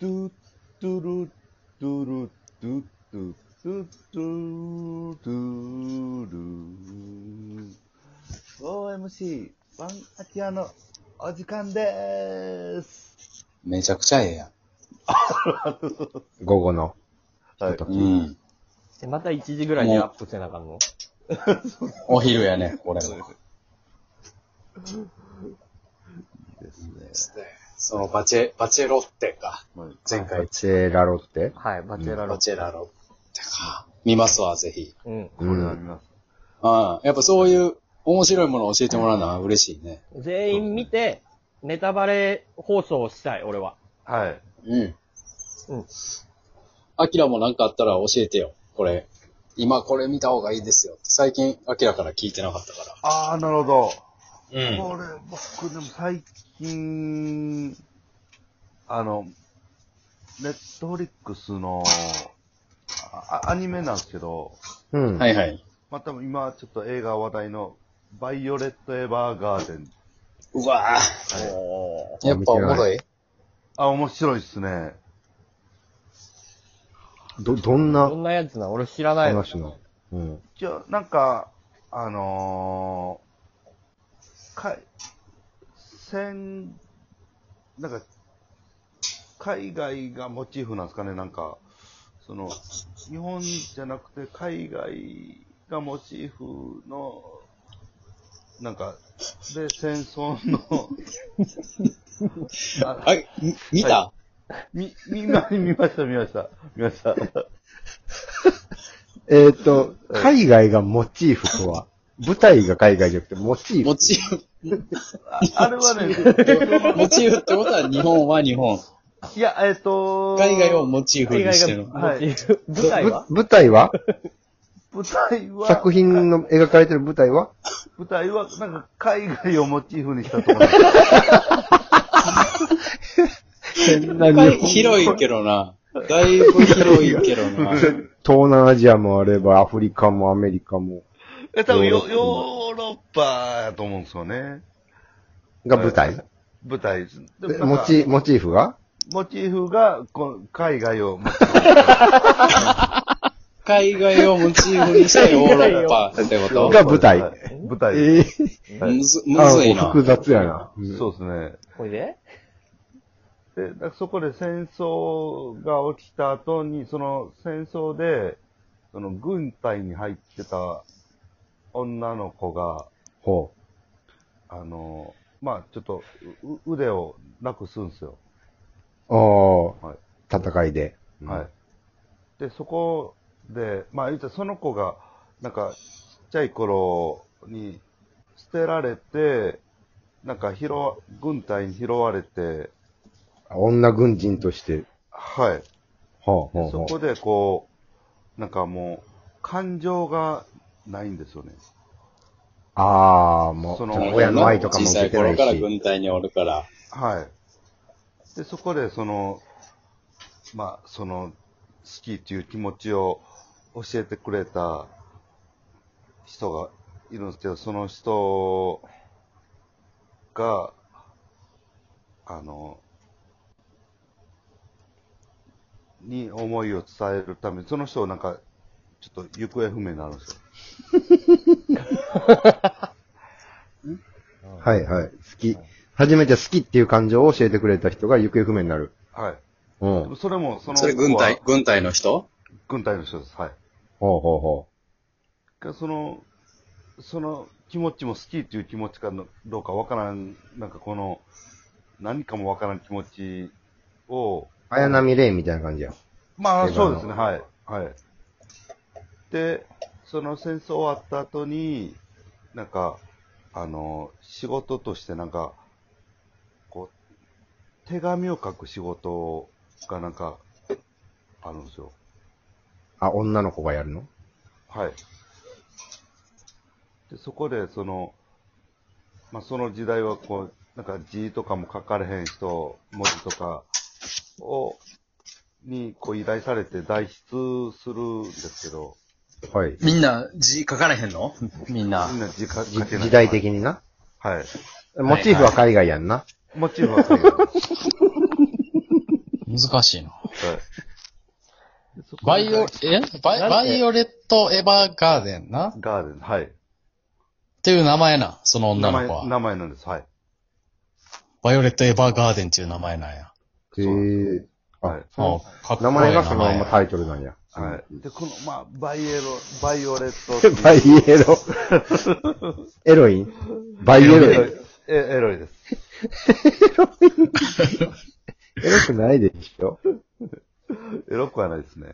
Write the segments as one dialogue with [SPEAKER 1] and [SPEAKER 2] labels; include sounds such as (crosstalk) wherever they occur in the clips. [SPEAKER 1] ドゥドゥルドゥルドゥドゥドゥドゥドゥル OMC ワンアキアのお時間でーす
[SPEAKER 2] めちゃくちゃええや
[SPEAKER 3] 午後の。
[SPEAKER 1] はい
[SPEAKER 3] ひとと
[SPEAKER 2] ん。
[SPEAKER 3] き
[SPEAKER 2] うん。
[SPEAKER 4] え、また1時ぐらいにアップせなあかんの
[SPEAKER 2] お昼やね、これ
[SPEAKER 1] そうで
[SPEAKER 2] は。
[SPEAKER 1] ですね。
[SPEAKER 2] そのバチェ、バチェロッテか。
[SPEAKER 1] はい
[SPEAKER 2] 前
[SPEAKER 3] バチェラロって。
[SPEAKER 4] はい、バチェラロ。
[SPEAKER 2] ェラロッテか。見ますわ、ぜひ。
[SPEAKER 4] うん。
[SPEAKER 1] これは見ます。
[SPEAKER 2] ああ、やっぱそういう面白いものを教えてもらうのは嬉しいね。
[SPEAKER 4] 全員見て、ネタバレ放送をしたい、俺は。
[SPEAKER 1] はい。
[SPEAKER 2] うん。
[SPEAKER 4] うん。
[SPEAKER 2] アキラもなんかあったら教えてよ。これ。今これ見た方がいいですよ。最近、アキラから聞いてなかったか
[SPEAKER 1] あー、なるほど。
[SPEAKER 2] ら。う
[SPEAKER 1] これ、僕でも最近、あの、ネットフリックスの、ああアニメなんですけど、
[SPEAKER 3] うん。。
[SPEAKER 2] はいいはい。
[SPEAKER 1] まあ、多分今ちょっと映画話題の、バイオレット・エヴァーガーデン。
[SPEAKER 2] うわ
[SPEAKER 4] お
[SPEAKER 2] ぁ。やっぱおもろい
[SPEAKER 1] あ、面白いっすね。
[SPEAKER 3] ど、どん
[SPEAKER 4] ー。
[SPEAKER 3] な
[SPEAKER 4] どんなやつな俺知らないの。
[SPEAKER 3] 話の。うん。
[SPEAKER 1] 一応、なんか、あのー、海、戦、なんか、海外がモチーフなんですかね、なんか、その、日本じゃなくて海外がモチーフの、なんか、で、戦争の、あ
[SPEAKER 2] はい、み見た、
[SPEAKER 1] み、 (laughs) み、ま見ました、見ました、見ました。
[SPEAKER 3] えっと、海外がモチーフとは、舞台が海外じゃなくて、モチー
[SPEAKER 2] モ
[SPEAKER 3] フ。
[SPEAKER 2] チーフ、
[SPEAKER 1] あ (laughs) あれはね、
[SPEAKER 2] モチーフってことは日本は日本。
[SPEAKER 1] (laughs) いや、えっ、と
[SPEAKER 2] 海外をモチーフにしてる
[SPEAKER 1] 海外
[SPEAKER 2] の。
[SPEAKER 1] が
[SPEAKER 4] モチーフ舞台は
[SPEAKER 3] ぶ舞台は
[SPEAKER 1] 舞台は、
[SPEAKER 3] 作品の描かれてる舞台は
[SPEAKER 1] 舞台は、なんか、海外をモチーフにしたと思います。
[SPEAKER 2] 海広いけどな。だいぶ広いけどな。
[SPEAKER 3] 東南アジアもあれば、アフリカもアメリカも、
[SPEAKER 1] (laughs) え、多分ヨ、ヨーロッパやと思うんですよね。
[SPEAKER 3] が舞台
[SPEAKER 1] 舞台です。で
[SPEAKER 3] で
[SPEAKER 1] もなん
[SPEAKER 3] モ
[SPEAKER 1] か
[SPEAKER 3] チ、モチーフが
[SPEAKER 1] モチーフが、こう海外をモチー
[SPEAKER 2] 海外をモチーフにしたヨーロッパってこ
[SPEAKER 1] フ
[SPEAKER 2] と
[SPEAKER 3] が舞台
[SPEAKER 1] はい舞台です。
[SPEAKER 3] ええー。
[SPEAKER 1] はい
[SPEAKER 2] むず、む
[SPEAKER 3] あ
[SPEAKER 2] ずいな
[SPEAKER 3] 複。雑やな。うん
[SPEAKER 1] そうですね。
[SPEAKER 4] これで
[SPEAKER 1] で、だからそこで戦争が起きた後に、その戦争で、その軍隊に入ってた女の子が、
[SPEAKER 3] ほ
[SPEAKER 1] あの、まあちょっとうう腕をなくすんですよ。
[SPEAKER 3] う。おー
[SPEAKER 1] はい
[SPEAKER 3] 戦いで。
[SPEAKER 1] はい。。で、そこで、まあ言うたらその子が、なんか、ちっちゃい頃に捨てられて、なんか拾わ、軍隊に拾われて、
[SPEAKER 3] 女軍人として。
[SPEAKER 1] はい。
[SPEAKER 3] ほうほ
[SPEAKER 1] で
[SPEAKER 3] う
[SPEAKER 1] そ
[SPEAKER 3] ほ
[SPEAKER 1] こでこう、なんかもう、感情がないんですよね。
[SPEAKER 3] う。ああ、もう、
[SPEAKER 1] その
[SPEAKER 3] 親の愛とかも
[SPEAKER 2] 小さい
[SPEAKER 3] 受けてな
[SPEAKER 2] 頃
[SPEAKER 3] い
[SPEAKER 2] から
[SPEAKER 3] し。
[SPEAKER 2] 軍隊におるから。
[SPEAKER 1] はい。で、そこでその、まあ、その、好きっていう気持ちを教えてくれた人がいるんですけど、その人が、あの、に思いを伝えるために、その人をなんか、ちょっと行方不明になるんですよ。
[SPEAKER 3] はいはい。好き。初めて好きっていう感情を教えてくれた人が行方不明になる。
[SPEAKER 1] はい。
[SPEAKER 3] うん。
[SPEAKER 1] で
[SPEAKER 3] ほう
[SPEAKER 1] もそれも、その、
[SPEAKER 2] それ軍隊
[SPEAKER 1] 子、は
[SPEAKER 2] 軍隊の人
[SPEAKER 1] 軍隊の人です。はい。
[SPEAKER 3] ほうほ
[SPEAKER 1] がその、その気持ちも好きっていう気持ちかのどうかわからん、なんかこの、何かもわからん気持ちを、
[SPEAKER 3] う。綾波レイみたいな感じや。
[SPEAKER 1] ま
[SPEAKER 3] 映
[SPEAKER 1] あ
[SPEAKER 3] 画の
[SPEAKER 1] そうですね、はい。はい。で、その戦争終わった後に、なんか、あの、仕事としてなんか、こう、手紙を書く仕事がなんか、あるんですよ。
[SPEAKER 3] あ、女の子がやるの
[SPEAKER 1] はい。で、そこで、その、まあ、その時代は、こう、なんか字とかも書かれへん人、文字とかを、に、こう依頼されて代筆するんですけど、
[SPEAKER 3] はい。
[SPEAKER 2] みんな字書かれへんのみんな
[SPEAKER 1] みんな字書
[SPEAKER 3] じ
[SPEAKER 1] 書けない。
[SPEAKER 3] 時代的にな。
[SPEAKER 1] はい。
[SPEAKER 3] モチーフは海外やんな。
[SPEAKER 1] モチーフは書けない
[SPEAKER 2] 難しいな。
[SPEAKER 1] でそこ
[SPEAKER 2] バイオ、えバイ
[SPEAKER 4] なんで
[SPEAKER 2] バイオレット・エヴァーガーデンなっ
[SPEAKER 1] ガーデン、はい。
[SPEAKER 2] ていう名前な、その
[SPEAKER 1] 名
[SPEAKER 2] 女の
[SPEAKER 1] 前、
[SPEAKER 2] 子は。
[SPEAKER 1] 名前なんです、はい。
[SPEAKER 2] バイオレット・エヴァーガーデンっていう名前なんや。
[SPEAKER 3] へえ。あ
[SPEAKER 1] はい。
[SPEAKER 2] あかっこいい
[SPEAKER 3] 名前がそのまま
[SPEAKER 2] や
[SPEAKER 3] タイトルなんや。
[SPEAKER 1] はい。で、この、まあ、バイエロ、バイオレットっていう。
[SPEAKER 3] バイエロ。エロインバイエロイン。エ
[SPEAKER 1] え、エロいです。
[SPEAKER 3] ロくないでしょ
[SPEAKER 1] エロくはないですね。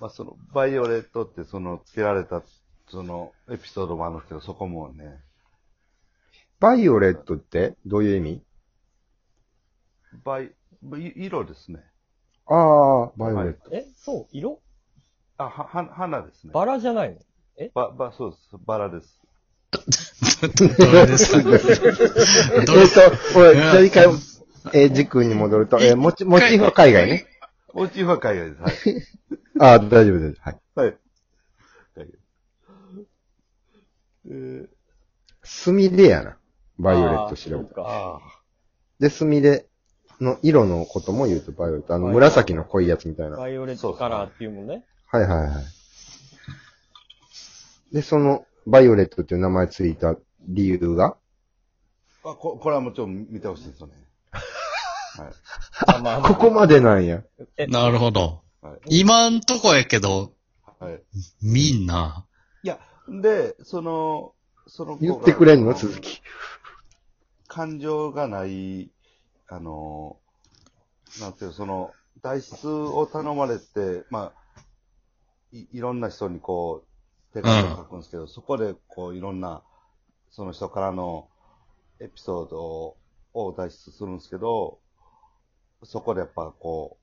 [SPEAKER 1] まあ、その、バイオレットって、その、つけられた、その、エピソードもあるんですけど、そこもね、
[SPEAKER 3] バイオレットってどういう意味
[SPEAKER 1] バイ、い色ですね。
[SPEAKER 3] ああ、バイオレット。
[SPEAKER 4] え、そう、色
[SPEAKER 1] あ、は、は、花ですね。
[SPEAKER 4] バラじゃないの
[SPEAKER 1] ば、ば、そうです。バラです。
[SPEAKER 2] どれですかど
[SPEAKER 3] (laughs) え
[SPEAKER 2] れ
[SPEAKER 3] っと、俺、じゃあ一回、えー、時空に戻ると、えー、もち、モチーフは海外ね。
[SPEAKER 1] おちは海外です。はい。
[SPEAKER 3] ああ、大丈夫です。 (laughs) はい。
[SPEAKER 1] はい。海外えー、
[SPEAKER 3] スミレやな。バイオレット調べ
[SPEAKER 4] あーそう
[SPEAKER 3] た。
[SPEAKER 4] か
[SPEAKER 1] あ
[SPEAKER 3] で、スミレの色のことも言うとバイオレット。あの、紫の濃いやつみたいな。は
[SPEAKER 4] バイオレットカラーっていうもんね。
[SPEAKER 3] いはいはい。で、その、バイオレットっていう名前ついた理由が
[SPEAKER 1] あ。あこ、これはもちろん見てほしいですよね。
[SPEAKER 4] あ、まあ
[SPEAKER 3] ここまでなんや。
[SPEAKER 2] なるほど。
[SPEAKER 1] はい。
[SPEAKER 2] 今んとこやけど、
[SPEAKER 1] はい。
[SPEAKER 2] みんな。
[SPEAKER 1] いや、で、その、その子
[SPEAKER 3] 言
[SPEAKER 1] が
[SPEAKER 3] ってくれんの
[SPEAKER 1] そ
[SPEAKER 3] 鈴木。
[SPEAKER 1] 感情がない、あの、なんていうの、その、代筆を頼まれて、まあ、いいろんな人にこう、手紙を書くんですけど、そこでこう、いろんな、その人からのエピソードをを代筆するんですけど、そこでやっぱこ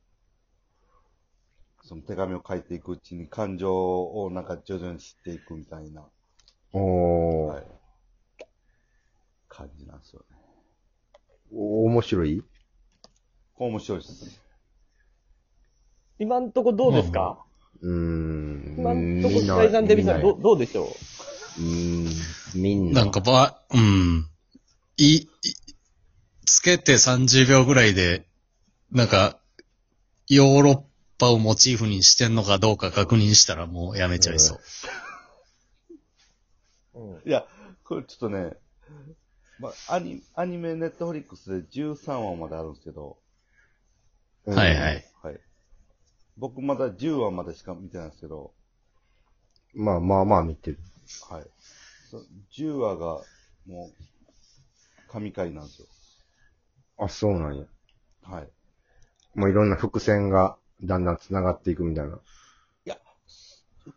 [SPEAKER 1] う、その手紙を書いていくうちに感情をなんか徐々に知っていくみたいな。
[SPEAKER 3] おー、
[SPEAKER 1] はい。感じなんですよね。
[SPEAKER 3] お面白い
[SPEAKER 1] こう面白いですね。
[SPEAKER 4] 今んとこどうです
[SPEAKER 2] まあま
[SPEAKER 4] か
[SPEAKER 3] うーん。
[SPEAKER 4] 今んとこ、
[SPEAKER 3] みんな
[SPEAKER 4] 北井さん、デビさん、
[SPEAKER 3] みな
[SPEAKER 4] どどうでしょう
[SPEAKER 3] うーん、みんな。
[SPEAKER 2] なんかば、うん。い、いつけて30秒ぐらいで、なんか、ヨーロッパをモチーフにしてんのかどうか確認したらもうやめちゃいそう。
[SPEAKER 4] うん
[SPEAKER 1] いや、これちょっとね、まあ、アニアニメネットフリックスで13話まであるんですけど、
[SPEAKER 3] うん
[SPEAKER 2] はいはい。
[SPEAKER 1] はい。僕まだ10話までしか見てないんですけど、
[SPEAKER 3] まあまあまあ見てる。
[SPEAKER 1] はい。そ10話がもう、神回なんですよ。
[SPEAKER 3] あ、そうなんや。
[SPEAKER 1] はい。
[SPEAKER 3] もういろんな伏線がだんだん繋がっていくみたいな。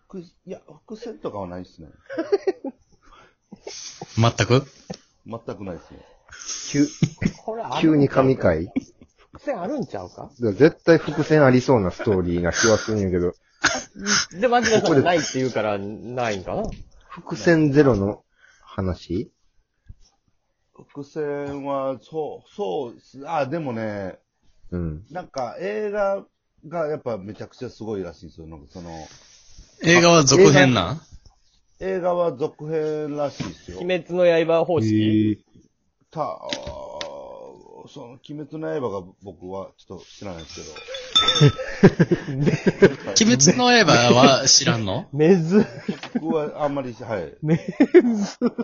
[SPEAKER 1] 伏いや、伏線とかはないですね。
[SPEAKER 2] 全く
[SPEAKER 1] 全くないですね。
[SPEAKER 3] 急、
[SPEAKER 4] これある
[SPEAKER 3] 急に神。回
[SPEAKER 4] 伏線あるんちゃうか
[SPEAKER 3] 絶対伏線ありそうなストーリーな気はするんやけど、
[SPEAKER 4] で、マジで
[SPEAKER 3] ここで
[SPEAKER 4] ないって言うから、ないんかな
[SPEAKER 3] 伏線ゼロの話
[SPEAKER 1] 伏線は、そう、そうっす、あ、でもね、
[SPEAKER 3] うん。
[SPEAKER 1] なんか映画がやっぱめちゃくちゃすごいらしいんですよ。なんかその、
[SPEAKER 2] 映画は続編なん
[SPEAKER 1] 映画は続編らしいですよ。
[SPEAKER 4] 鬼滅の刃方式
[SPEAKER 1] た、あーその、鬼滅の刃が僕はちょっと知らないですけど。
[SPEAKER 2] 鬼滅の刃は知らん
[SPEAKER 4] (laughs)
[SPEAKER 2] の
[SPEAKER 4] めず、
[SPEAKER 3] (laughs)
[SPEAKER 1] 僕はあんまり、はい。
[SPEAKER 2] め、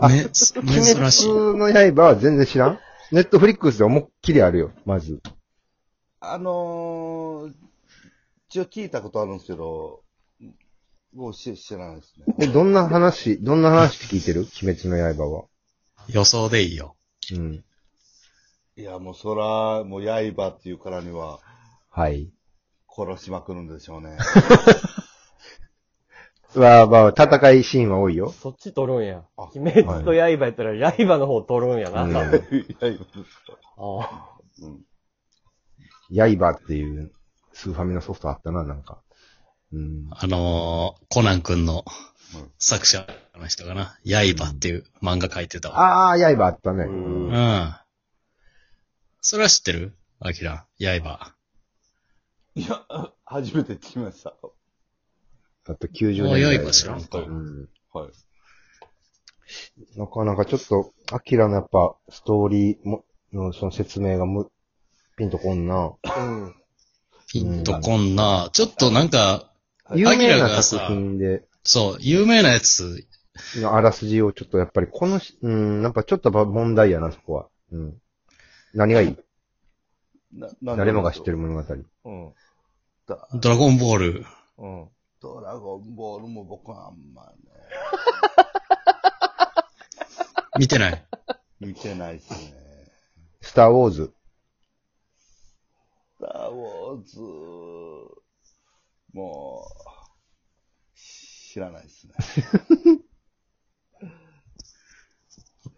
[SPEAKER 3] 鬼
[SPEAKER 2] 珍しい。
[SPEAKER 3] 滅の刃は全然知らんネットフリックスで思いっきりあるよ、まず。
[SPEAKER 1] あのー、一応聞いたことあるんですけど、もうし知らないですね。
[SPEAKER 3] え、どんな話、どんな話聞いてる鬼滅の刃は。
[SPEAKER 2] 予想でいいよ。
[SPEAKER 3] うん。
[SPEAKER 1] いや、もうそら、もう刃っていうからには
[SPEAKER 3] はい。
[SPEAKER 1] 殺しまくるんでしょう
[SPEAKER 3] (laughs)
[SPEAKER 1] ね。
[SPEAKER 3] わあまあ、戦いシーンは多いよ。
[SPEAKER 4] そっち取るんや。
[SPEAKER 1] あ
[SPEAKER 4] 鬼滅と刃やったら、刃の方取るんやな。
[SPEAKER 3] う
[SPEAKER 4] あ
[SPEAKER 3] ん
[SPEAKER 1] 刃
[SPEAKER 4] あ
[SPEAKER 1] うん。
[SPEAKER 3] 刃っていうスーファミのソフトあったな、なんか。うん。
[SPEAKER 2] あのー、コナン君の
[SPEAKER 1] うん
[SPEAKER 2] 作者の人かな。刃っていう漫画書いてたわ。
[SPEAKER 3] ああ、刃あったね。
[SPEAKER 1] うん
[SPEAKER 2] うん。それは知ってるアキラ、刃。
[SPEAKER 1] いや、初めて聞きました。
[SPEAKER 3] あと90年
[SPEAKER 2] もう
[SPEAKER 3] 代。
[SPEAKER 2] 良いか知らんか。
[SPEAKER 3] うん。
[SPEAKER 1] はい。
[SPEAKER 3] なかなかちょっと、アキラのやっぱ、ストーリーも、のその説明がむ、ピンとこんな。
[SPEAKER 5] うん。
[SPEAKER 2] ピンとこんな、ちょっとなんか、
[SPEAKER 3] 有
[SPEAKER 2] ア
[SPEAKER 3] 名な
[SPEAKER 2] キラがさ
[SPEAKER 3] 作品で、
[SPEAKER 2] そう、有名なやつ、
[SPEAKER 3] のあらすじをちょっとやっぱり、このし、うん、やっぱちょっとば問題やな、そこは。うん。何がいい誰もが知ってる。物語。
[SPEAKER 1] うん。だ
[SPEAKER 2] ドラゴンボール。
[SPEAKER 1] うん。ドラゴンボールも僕はあんまね、
[SPEAKER 2] 見てない。
[SPEAKER 1] 見てないっすね。
[SPEAKER 3] スターウォーズ。
[SPEAKER 1] スターウォーズ、もう、知らないっすね。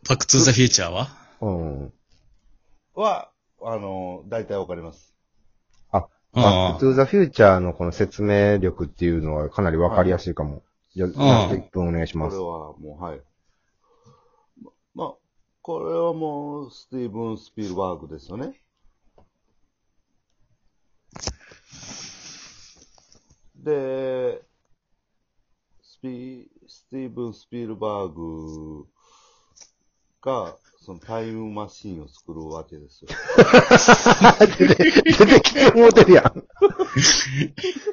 [SPEAKER 2] バックトゥーザフューチャーは
[SPEAKER 3] うん。
[SPEAKER 1] は、あの、大体わかります。
[SPEAKER 3] バッ
[SPEAKER 2] あ
[SPEAKER 3] クトゥーザフューチャーのこの説明力っていうのはかなりわかりやすいかも。じゃあ、1分お願いし
[SPEAKER 1] こ
[SPEAKER 3] ま
[SPEAKER 1] れ
[SPEAKER 3] す。
[SPEAKER 1] はもう、はい。ま、まこれはもう、スティーブン・スピルバーグですよね。で、スピ、スティーブン・スピルバーグが、そのタイムマシンを作るわけですよ。
[SPEAKER 3] 出てきてもうてるやん。
[SPEAKER 2] あ。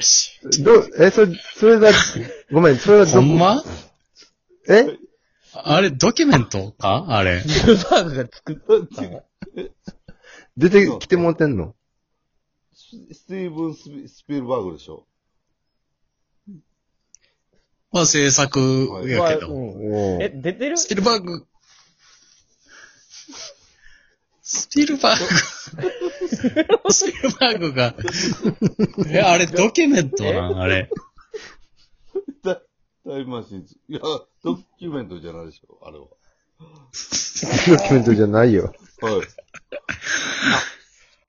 [SPEAKER 2] し
[SPEAKER 3] ど、え、それ、それが、ごめん、それがど
[SPEAKER 2] ほんま
[SPEAKER 3] え
[SPEAKER 2] あれ、ドキュメントかあれ。
[SPEAKER 5] スピルバーグが作ったの
[SPEAKER 3] 出てきてもうてんの
[SPEAKER 1] ススティーブンスピ・スピルバーグでしょ。
[SPEAKER 2] まあ制作やけど。
[SPEAKER 5] うん
[SPEAKER 3] お
[SPEAKER 4] え、
[SPEAKER 3] ー
[SPEAKER 4] 出てる
[SPEAKER 2] スピルバーグ。スピルバー (laughs) グ。スピルバーグが。え、あれ、ドキュメントなんあれ。
[SPEAKER 1] タタイムマシンズ。いや、ドキュメントじゃないでしょ、あれは。
[SPEAKER 3] ドキュメントじゃないよ。
[SPEAKER 1] はい。